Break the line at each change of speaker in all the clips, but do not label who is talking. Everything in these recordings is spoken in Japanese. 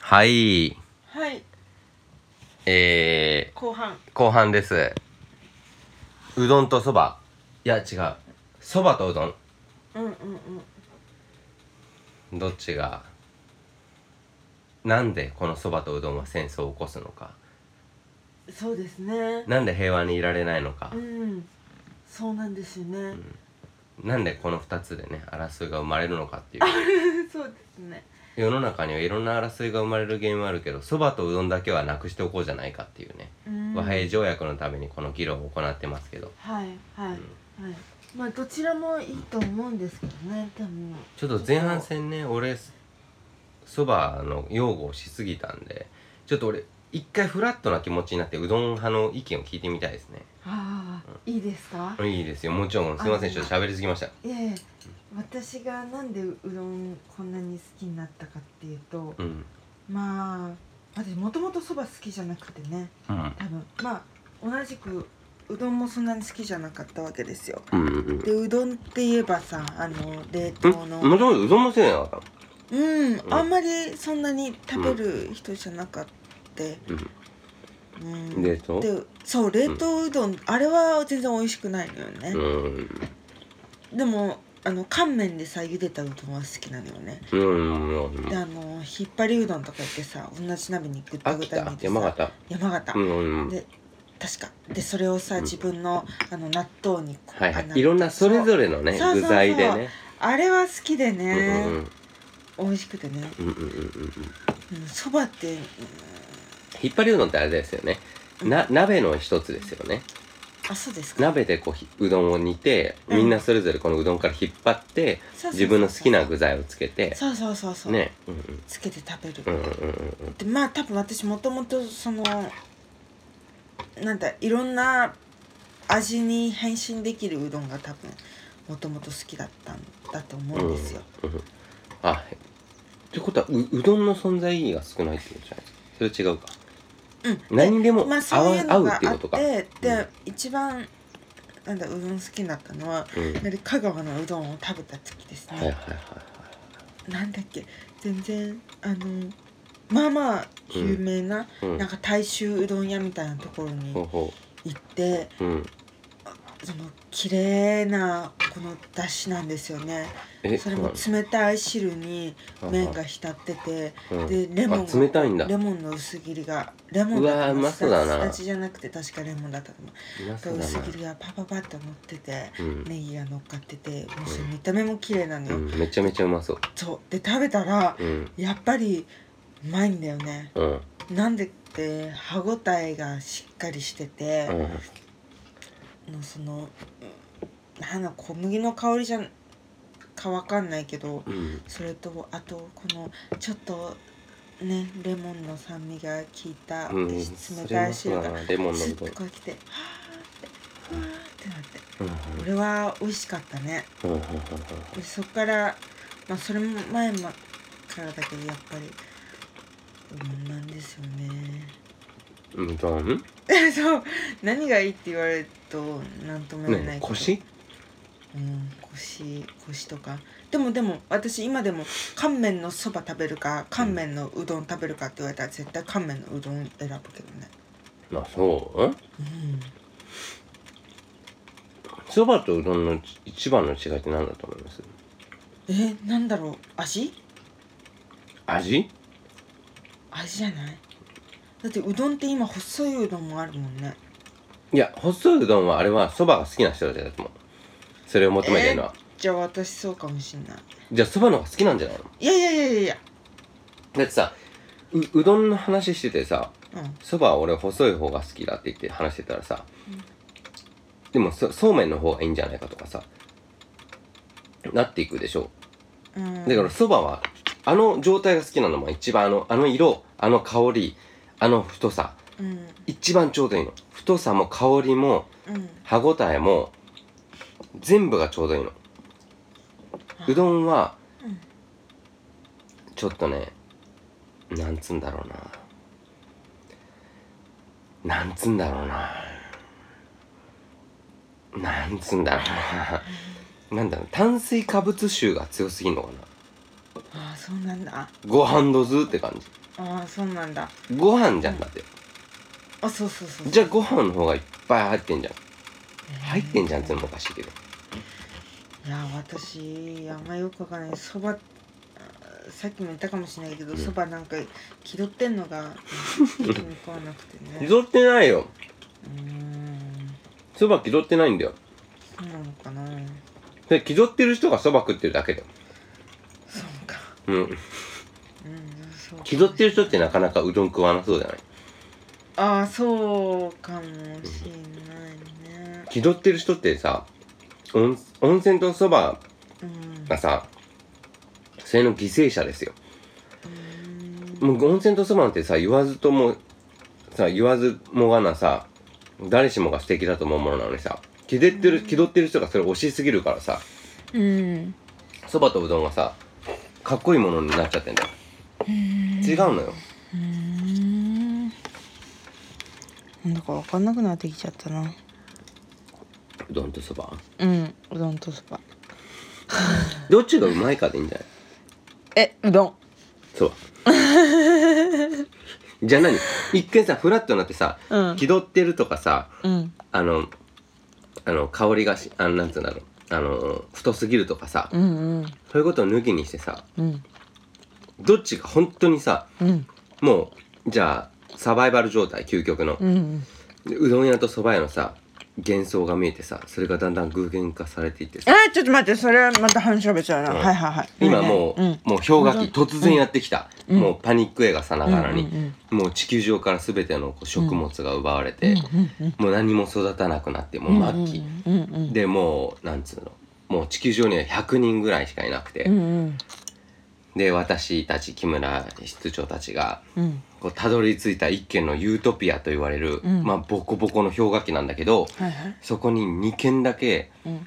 はい。
はい
え
後半
ー、後半です。うどんとそば。いや、違う。そばとうどん。
うんうんうん
どっちが、なんでこのそばとうどんは戦争を起こすのか。
そうですね
なんで平和にいられないのか
う。んそうなんですよね、
なんでこの2つでね、争いが生まれるのかっていう。
そうですね
世の中にはいろんな争いが生まれる原因はあるけど、そばとうどんだけはなくしておこうじゃないかっていうね。
うん
和
はい
平条約のためにこの議論を行ってますけど。
はいはいまあどちらもいいと思うんですけどねでも
ちょっと前半戦ね俺そばの擁護をしすぎたんでちょっと俺一回フラットな気持ちになってうどん派の意見を聞いてみたいですね
ああいいですか
いいですよもちろんすいません
あ
ちょっと喋りすぎました
いえいえ私がなんでうどんこんなに好きになったかっていうと
うん
まあ私もともとそば好きじゃなくてね
うん
多分まあ同じくうどんもそんなに好きじゃなかったわけですよ
うんうん
でうどんって言えばさあの冷
うん
凍の
もともとうどんも好きじゃなかっ
うん
うん
あんまりそんなに食べる人じゃなかった
たの
うん
うん冷凍
でそう冷凍うどん、あれは全然美味しくないのよね、
うん
でもあの乾麺でさ茹でたうどんは好きなのよね
うんうん
であの引っ張りうどんとか言ってさ同じ鍋にぐったぐ
秋
た
田
にてさ
山形
山形
うんうんうん
で確かでそれをさ
うん
自分のあの納豆にこう
はいは
穴
いいろんなそれ
そう
ぞれのね
そうそう
具
そう
材でね
あれは好きで
うん
ね、
うんうん
美味しくてね
うんうんうんうん
うんそば、って、うん
引っ張りうどんってあれですよねな鍋の一つですよね
あそうですか
鍋でこうひうどんを煮て
うん
みんなそれぞれこのうどんから引っ張って
そうそうそうそう
自分の好きな具材をつけて
そうそうそうそう、
ねうん
つけて食べる、
うんうんうんうん
でまあ多分私もともとそのなんだいろんな味に変身できるうどんが多分もともと好きだったんだと思うんですよ、
うんうんあってことはううどんの存在意義が少ないってことじゃないですかそれ違うか
うん
何にでも
まあ
合
そう
わ
いう
合
の
う
があ
っていうこ
っ
とか
てで、
うん
一番なんだうどん好きになったのは
うん
やはり香川のうどんを食べた時ですね、
はいはいはい
なんだっけ全然あのまあまあ有名な、
はいうん
なんか大衆うどん屋みたいなところに
ほうほ
行って
ううん
その綺麗なこのだしなんですよね
え
それも
そう
冷たい汁に
なの
麺が浸ってて
うん
でレモン
あ冷たいんだ
レモンの薄切りがレモン
うわー
と
う
思
まそうだな
すだちじゃなくて確かレモンだったと思う
うまそうだな
薄切りがパパパッと乗ってて
うん
ネギが乗っかっててもうそれ見た目も綺麗なの
う
よ、
んめちゃめちゃうまそう
そうで食べたら
うん
やっぱりうまいんだよね
うんうん
なんでって歯ごたえがしっかりしてて、のそのうんなんだ小麦の香りじゃんかわかんないけど
うん
それとあとこのちょっとねレモンの酸味が効いた、
うん
で
そ
冷
れ
た
も
い
そう
汁
だ
が
なレモンの
ス
う
ッ
ど
と
ん
こう来てはあってはあってなっ
う
て
ん
これは美味しかったね
うんうんうん
でそっから、まあ、それも前もからだけどやっぱりうんなんですよね
うんうどん
そう何がいいって言われると何とも言えない
ね
けど
腰
うん、腰腰とかでもでも私今でも乾麺のそば食べるか乾麺のうどん食べるかって言われたら絶対乾麺のうどん選ぶけどね
まあそう
うん
そばとうどんの一番の違いって何だと思います
えなんだろう味
味
味じゃないだってうどんって今細いうどんもあるもんね
いや細いうどんはあれはそばが好きな人じゃないと思うそれを求めてるのは、
じゃあ私そうかもしんない
じゃあそばの方が好きなんじゃないの
いやいやいやいやいや
だってさううどんの話しててさ
うん
そばは俺細い方が好きだって言って話してたらさ、でもそそうめんの方がいいんじゃないかとかさなっていくでしょ
うん
だからそばはあの状態が好きなのも一番あのあの色あの香りあの太さ
うん
一番ちょうどいいの太さも香りも
うん
歯ごたえも全部がちょうどいいのうどんは
うん
ちょっとねなんつうんだろうななんつうんだろうななんつうんだろうななんだろう炭水化物臭が強すぎんのかな
ああそうなんだ
ご飯どずって感じ
ああそうなんだ
ご飯じゃんだって
あそうそうそう
じ
ゃ
ゃあご飯の方がいっぱい入ってんじゃん入ってんじゃんって
い
のもおかしいけど
や私あんまよくわかんないそばあさっきも言ったかもしれないけど
うん
そばなんか気取ってんのが 気に食わなくてね
気
う
取ってないよ
ーん
そば気取ってないんだよ
そうなのかな
で気取ってる人がそば食ってるだけだよ
そうか
うん
うんそうか
気取ってる人ってなかなかうどん食わなそうじゃない
ああそうかもしれないね
気取ってる人ってさ温温泉とそば
うん
がさそれの犠牲者ですよ
う
もう温泉とそばなんてさ言わずともさ言わずもがなさ誰しもが素敵だと思うものなのにさ気取ってる気取ってる人がそれ推しすぎるからさ
ーん
そばとうどんがさかっこいいものになっちゃってんだよ違うのよ
うんなんかわかんなくなってきちゃったな
うどんとそば
うんうどんとそば
どっちがうまいかでいいんじゃない
えうどん
そう じゃあ何一見さフラットになってさ
うん
気取ってるとかさ
うん
あのあの香りがしあのなんつうんだろうあの太すぎるとかさ
うんうん
そういうことを抜きにしてさ
うん
どっちが本当にさ
うん
もうじゃあサバイバル状態究極の
うん
でうどん屋とそば屋のさ幻想が見えてさそれがだんだん具現化されていって
あ
さ
ーちょっと待ってそれはまた話しゃべっちゃうな、
うん
はいはいはい
今もう、
うん
もう氷河期突然やってきた、
うん
もうパニック映画さながらに、
うんうん
もう地球上から全てのこう食物が奪われて、
うんうん
もう何も育たなくなってもう末期、
うんうんうん
でもうなんつうのもう地球上には100人ぐらいしかいなくて、
うんうん
で私たち木村室長たちが
うん
こうたどり着いた一軒のユートピアと言われる、
うん
まあボコボコの氷河期なんだけど
はいはい
そこに2軒だけ
うん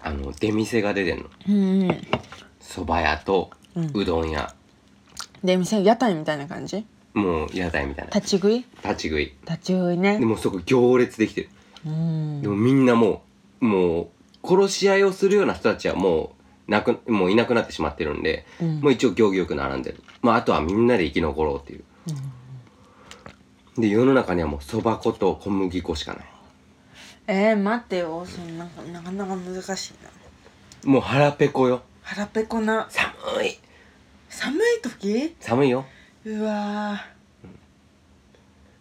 あの出店が出てんの
うん
そば屋と
うん
うどん屋、
で店屋台みたいな感じ
もう屋台みたいな
立ち食い
立ち食い
立ち食い
で
ね
もうそこ行列できてる
うん
でもみんなもうもう殺し合いをするような人たちはもうなくもういなくなってしまってるんで
うん
もう一応行儀よく並んでる、まあ、あとはみんなで生き残ろうっていう、で世の中にはもうそば粉と小麦粉しかない
えー、待ってよそんななかなか難しいな
もう腹ペコよ
腹ペコな
寒い
寒い時
寒いよ
うわ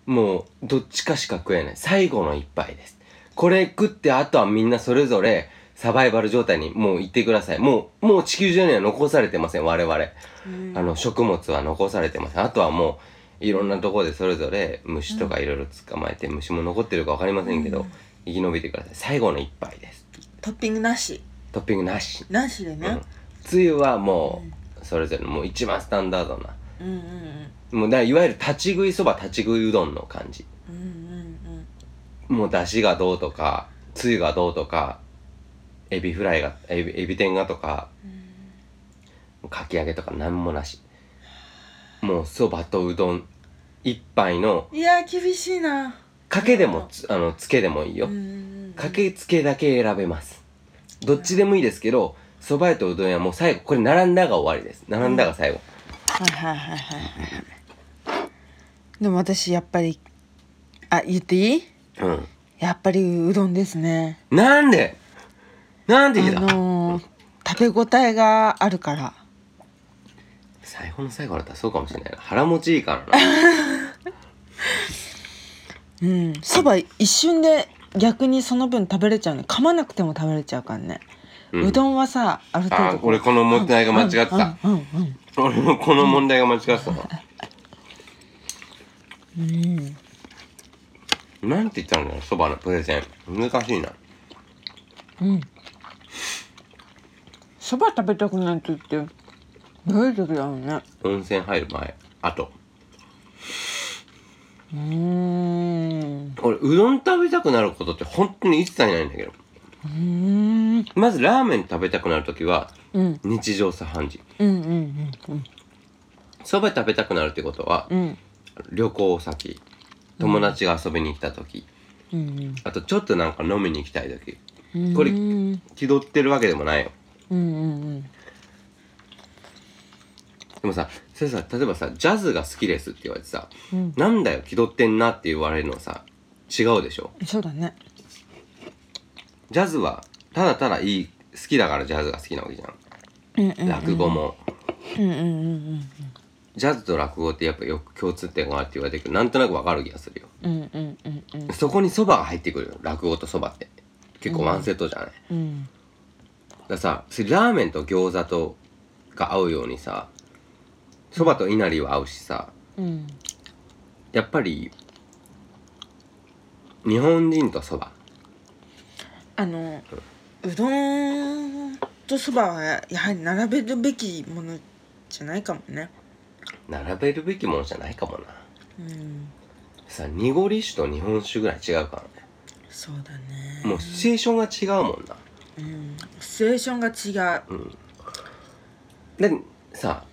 もうどっちかしか食えない最後の一杯ですこれ食ってあとはみんなそれぞれサバイバル状態にもう行ってくださいもうもう地球上には残されてません我々
ー、うん
あの食物は残されてませんあとはもういろんなところでそれぞれ虫とかいろいろ捕まえて、虫も残ってるか分かりませんけど、
うん
生き延びてください最後の一杯です
トッピングなし
トッピングなし、
なしで
うん
ね、
つゆはもうそれぞれもう一番スタンダードな
うん、うんうん
もうだからいわゆる立ち食いそば立ち食いうどんの感じ
うんうん
もう出汁がどうとかつゆがどうとかエビフライがエビエビ天がとかかき揚げとか何もなしもうそばとうどん一杯の
うんいやー厳しいな
かけでもつあのつけでもいいよ
うんうんうん
かけつけだけ選べますどっちでもいいですけどそば屋とうどん屋もう最後これ並んだが終わりです並んだが最後
はいはいはいはいはいはいでも私やっぱりあ言っていい
うん
やっぱりうどんですね
なんでなんで
あ
言うた
のー、食べ応えがあるから
最後の最後だったらそうかもしれないな腹持ちいいから な
うんそば一瞬で逆にその分食べれちゃうね噛まなくても食べれちゃうからね、うんどんはさある程
あ
度
ー俺この問題が間違ってた
うんうんうん
俺もこの問題が間違ってたな
うん
なんて言ったんだろうそばのプレゼン難しいな
うんそば、食べたくない時ってどういう時だろうね
温泉入る前あと
うーん
俺うどん食べたくなることって本当に一切ないんだけど
うーん
まずラーメン食べたくなる時は
うん
日常茶飯事
うんうんうん
そば食べたくなるってことは
うん
旅行先友達が遊びに来た時、
うん
あとちょっとなんか飲みに行きたい時
うん
これ
うん
気取ってるわけでもないよ
うんうん
でもさそれさ例えばさジャズが好きですって言われてさ
うん
「なんだよ気取ってんな」って言われるのさ違うでしょ
そうだね
ジャズはただただいい好きだからジャズが好きなわけじゃ
うんうん
ん落語も、
うんうんうん
ジャズと落語ってやっぱよく共通点があるって言われてるけどなんとなくわかる気がするよ
うんうんうんうんうん
そこにそばが入ってくるよ落語とそばって結構ワンセットじゃない、
うん
だからさそれラーメンと餃子とが合うようにさそばと稲荷は合うしさ
うん
やっぱり日本人とそば
あのうどんとそばはやはり並べるべきものじゃないかもね
並べるべきものじゃないかもな
うん
さ濁り酒と日本酒ぐらい違うからね
そうだね
もうシチュエーションが違うもんな
うんシチュエーションが違う
でさ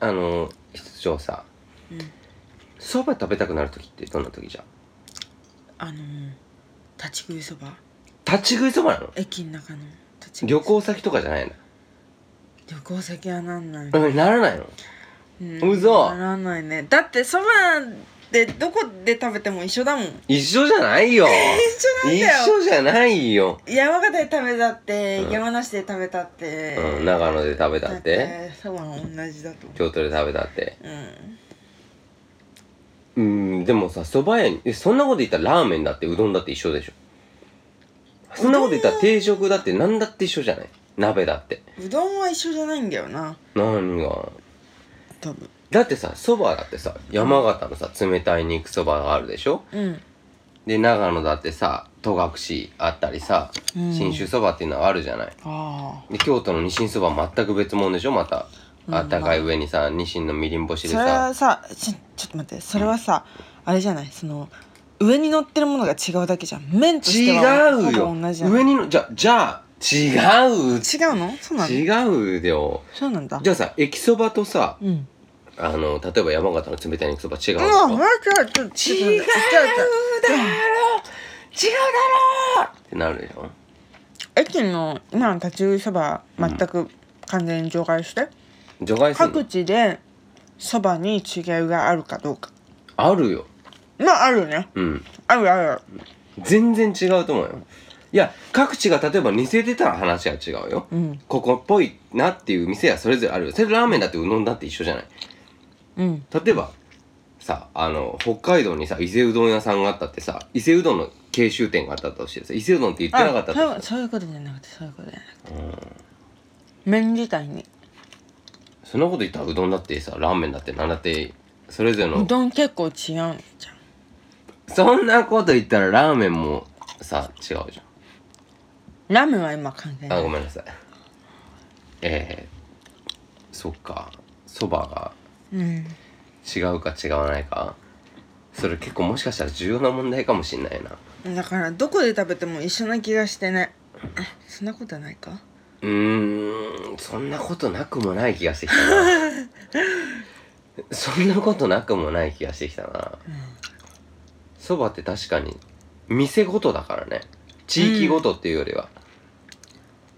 あの室長さ
うん
そば食べたくなる時ってどんな時じゃん
あの立ち食いそば
立ち食いそばなの
駅の中の立ち食い
旅行先とかじゃないの
旅行先はなんない
うんならないの
うん
嘘
ならないねだってそばでどこで食べても一緒だもん一
一緒じゃないよ
緒 なん
一
だよ
緒じゃないよ、
山形で食べたって、
うん
山梨で食べたって、
うん、長野で食べた
だ
っ
っててそばは同じだと思
京都で食べたって
ううん
うんでもさそば屋にえそんなこと言ったらラーメンだってうどんだって一緒でしょそんなこと言ったら定食だって何だって一緒じゃない鍋だって
うどんは一緒じゃないんだよな
何が
多分
だってさそばだってさ山形のさ冷たい肉そばがあるでしょ
うん
で長野だってさ戸隠あったりさ
うん
信州そばっていうのはあるじゃない、
ああ
で京都のニシンそば全く別物でしょまた
うん
あったかい上にさニシンのみりん干し
そ
で
れは
さ
さちちょっと待ってそれはさ、あれじゃないその上に乗ってるものが違うだけじゃん麺とし
違
ては
う
ほ
よ
ぼ同じじゃん
上にのじゃじゃあ違う
違うのそうなの
違うよ
そうなんだ
じゃあさ駅そばとさ
うん
あの例えば山形の冷たい肉そば違う
う
の
わ
か
待ってちょっとちょっと
違う
違
だ
う
ろ違うだろってなるでしょ
駅の今の立ち食いそば全く完全に除外して、
除外する
各地でそばに違いがあるかどうか
あるよ
まああるね
うん
あるある
全然違うと思うよいや各地が例えば似せてたら話は違うよ、
うん
ここっぽいなっていう店はそれぞれあるよそれラーメンだってうどんだって一緒じゃない
うん
例えばさあの北海道にさ伊勢うどん屋さんがあったってさ伊勢うどんの慶州店があったとしてさ伊勢うどんって言ってなかったと
そう
して
そういうことじゃなくてそういうことじゃなくて麺自体に
そんなこと言ったらうどんだってさラーメンだってなんだってそれぞれ
う
の
どん結構違うじゃん
そんなこと言ったらラーメンもさ違うじ
ラーメンは今完全
ゃんあご
に
めんなさいえー、そっかそばが
うん
違うか違わないかそれ結構もしかしたら重要な問題かもしんないな
だからどこで食べても一緒な気がしてねそんなことはないか
うーんそんなことなくもない気がしてきたなそんな ことなくもない気がしてきたなそば、って確かに店ごとだからね地域ごとっていうよりは、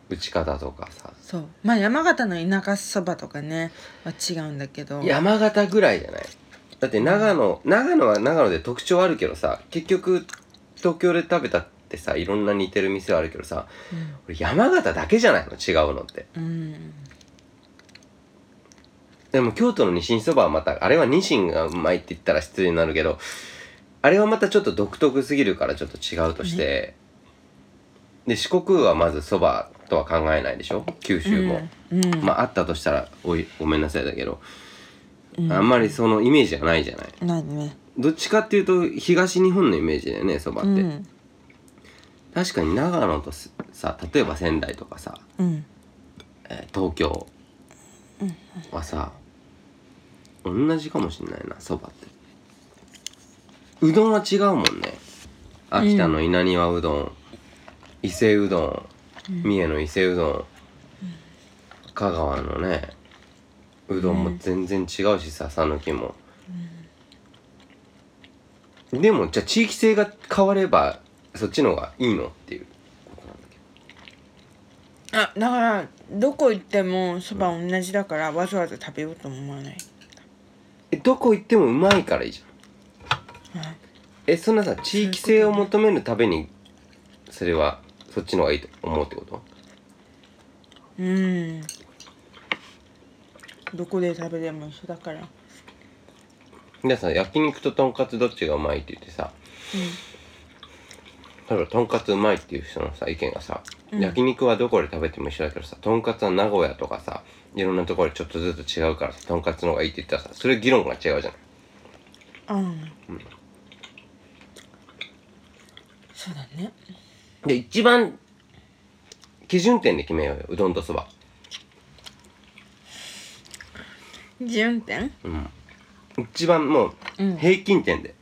打ち方とかさ
そうまあ山形の田舎そばとかねは違うんだけど
山形ぐらいじゃないだって長野長野は長野で特徴あるけどさ結局東京で食べたってさいろんな似てる店はあるけどさ俺山形だけじゃないの違うのって
うん、うん、
でも京都のニシンそばはまたあれはニシンがうまいって言ったら失礼になるけどあれはまたちょっと独特すぎるからちょっと違うとして、で四国はまずそばとは考えないでしょ九州も、
うんうん
まああったとしたらおいごめんなさいだけど、
うん
あんまりそのイメージがないじゃない
ないね
どっちかっていうと東日本のイメージだよねそばっ
う
て、
ん
確かに長野とすさ例えば仙台とかさ、
うん
えー東京はさ、同じかもしんないなそばってうどんは違うもんね秋田の稲庭うどん、伊勢うどん、三重の伊勢うどん、香川のねうどんも全然違うしさ讃岐も、でもじゃあ地域性が変わればそっちの方がいいのっていうことなんだけど
あだからどこ行ってもそば同じだからわざわざ食べようとも思わない
えどこ行ってもうまいからいいじゃん
はい
えそんなさ地域性を求めるためにそれはそっちの方がいいと思うってこと
うんどこで食べても一緒だから
皆さん焼肉ととんかつどっちがうまいって言ってさ例えばとんかつうまいっていう人のさ意見がさ、
うん
焼肉はどこで食べても一緒だけどさとんかつは名古屋とかさいろんなところでちょっとずつ違うからさとんかつの方がいいって言ったらさそれ議論が違うじゃん
うん、そうだね
で一番基準点で決めようようどんとそば
順点
うん一番もう
うん
平均点で、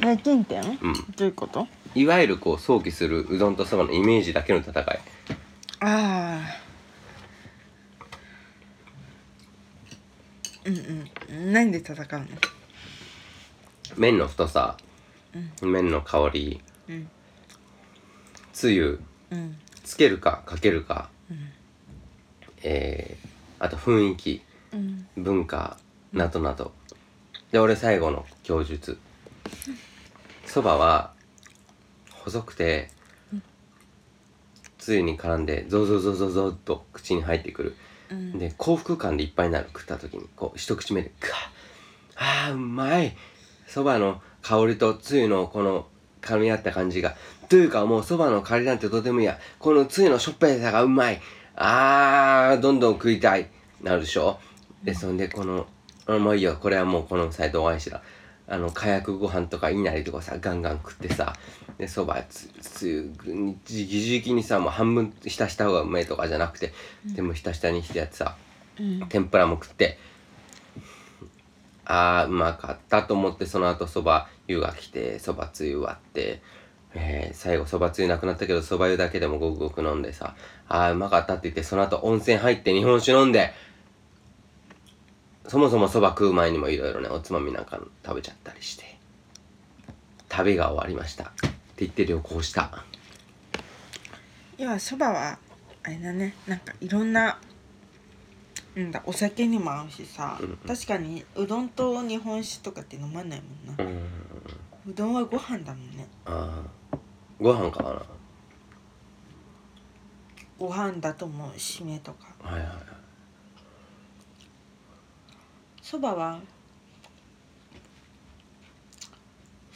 平均点
うん、
どういうこと
いわゆるこう想起するうどんとそばのイメージだけの戦い
ああうんうん何で戦うの
麺の太さ、麺の香り、
うん
つゆ
うん
つけるかかけるか、えーあと雰囲気
うん
文化などなどで俺最後の供 述そばは細くてつゆに絡んでゾゾゾゾゾっと口に入ってくる
うん
で幸福感でいっぱいになる食った時にこう一口目でガッあーうまいそばの香りとつゆのこの噛み合った感じがというかもうそばの香りなんてとてもいいやこのつゆのしょっぱいさがうまいあーどんどん食いたいなるでしょでそんでこのあもういいよこれはもうこの際度外視だあの火薬ご飯とかいなりとかさガンガン食ってさでそばつつゆにじぎじぎにさもう半分浸した方がうめえとかじゃなくてでもひたひたにしてやってさ
うん
天ぷらも食ってあーうまかったと思ってその後そば湯が来てそばつゆ割って、えー最後そばつゆなくなったけどそば湯だけでもごくごく飲んでさあーうまかったって言ってその後温泉入って日本酒飲んでそもそもそば食う前にもいろいろねおつまみなんか食べちゃったりして旅が終わりましたって言って旅行した
要はそばはあれだねなんかいろんななんだお酒にも合うしさ、
うん
確かにうどんと日本酒とかって飲まないもん
う
な、
ーん
うどんはご飯だもんね
あーご飯かな
ご飯だともう締めとか
はいはいはい
そばは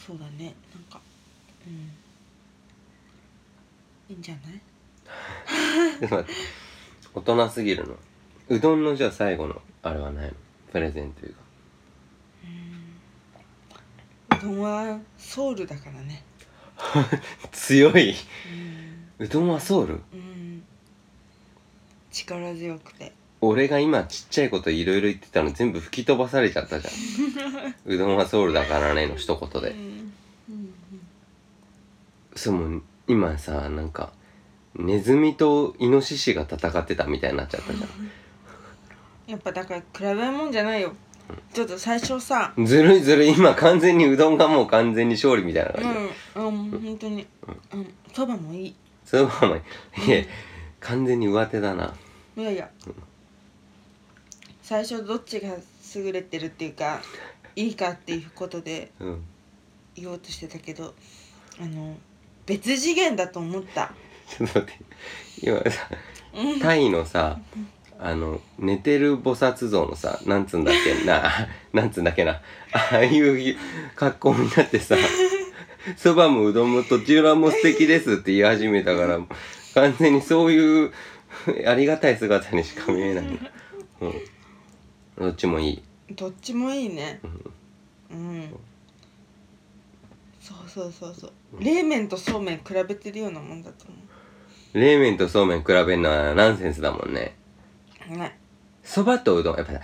そうだねなんかうんいいんじゃない
ちょっと 待って大人すぎるのうどんのじゃあ最後のあれはないのプレゼンというか
うどんはソウルだからね
強い
うん
うどんはソウル
うん力強くて
俺が今ちっちゃいこといろいろ言ってたの全部吹き飛ばされちゃ ったじゃんうどんはソウルだからねの一言
う
で
んうん
その今さなんかネズミとイノシシが戦ってたみたいになっちゃったじ
やっぱだから比べるもんじゃないよちょっと最初さ
ゃんずるいずるい今完全にうどんがもう完全に勝利みたいな
う
感じ、
んうん本当にうんそばもいい
それはお前いえ完全に上手だない
やいや最初どっちが優れてるっていうかいいかっていうことで
うん
言おうとしてたけどあの別次元だと思った
ちょっと待って今さ
うん
タイのさあの寝てる菩薩像のさなんつうんだっけな なんつうんだっけなああいう格好になってさそばもうどんもどちらも素敵ですって言い始めたから完全にそういうありがたい姿にしか見えない、うん、どっちもいい
どっちもいいね
ん
うんそうそうそうそう冷麺とそうめん比べてるようなもんだと
冷麺とそうめん比べるのはナンセンスだもんね
思うね
そばとうどんやっぱさ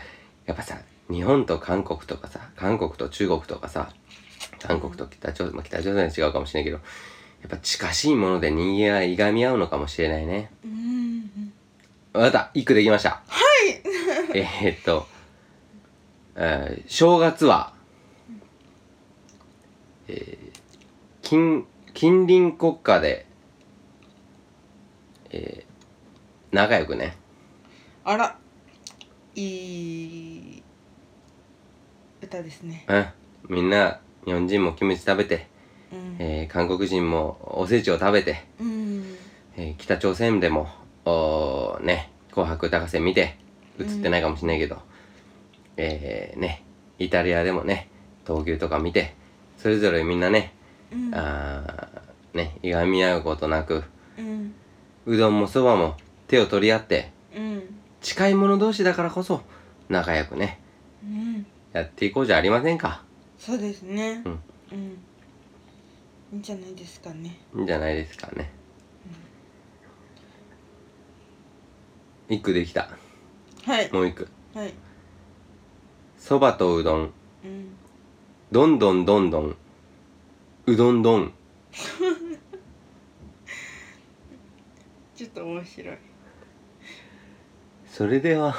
やっぱさ日本と韓国とかさ韓国と中国とかさ韓国と北朝鮮、まあ、北朝鮮は違うかもしれないけどやっぱ近しいもので人間はいがみ合うのかもしれないね
うん
わかった一句できましたはい えーっと、えー正月は、えー近近隣国家で、えー仲良くね
あらいい歌ですね
うんみんな日本人もキムチ食べて、
うん、
えー韓国人もおせちを食べて、
うん
えー北朝鮮でもおーね「紅白歌合戦」見て映ってないかもしれないけど、えーねイタリアでもね闘牛とか見てそれぞれみんなね、
うん
あーねいがみ合うことなく
うん
うどんもそばも手を取り合って
うん
近い者同士だからこそ仲良くね
うん
やっていこうじゃありませんか
そうですね
うん
うんいいんじゃないですかね
いいんじゃないですかね一句できた
はい
もう一句
はい
そばとうどん
うん
どんどんどんどんうどんどん
ちょっと面白い
それでは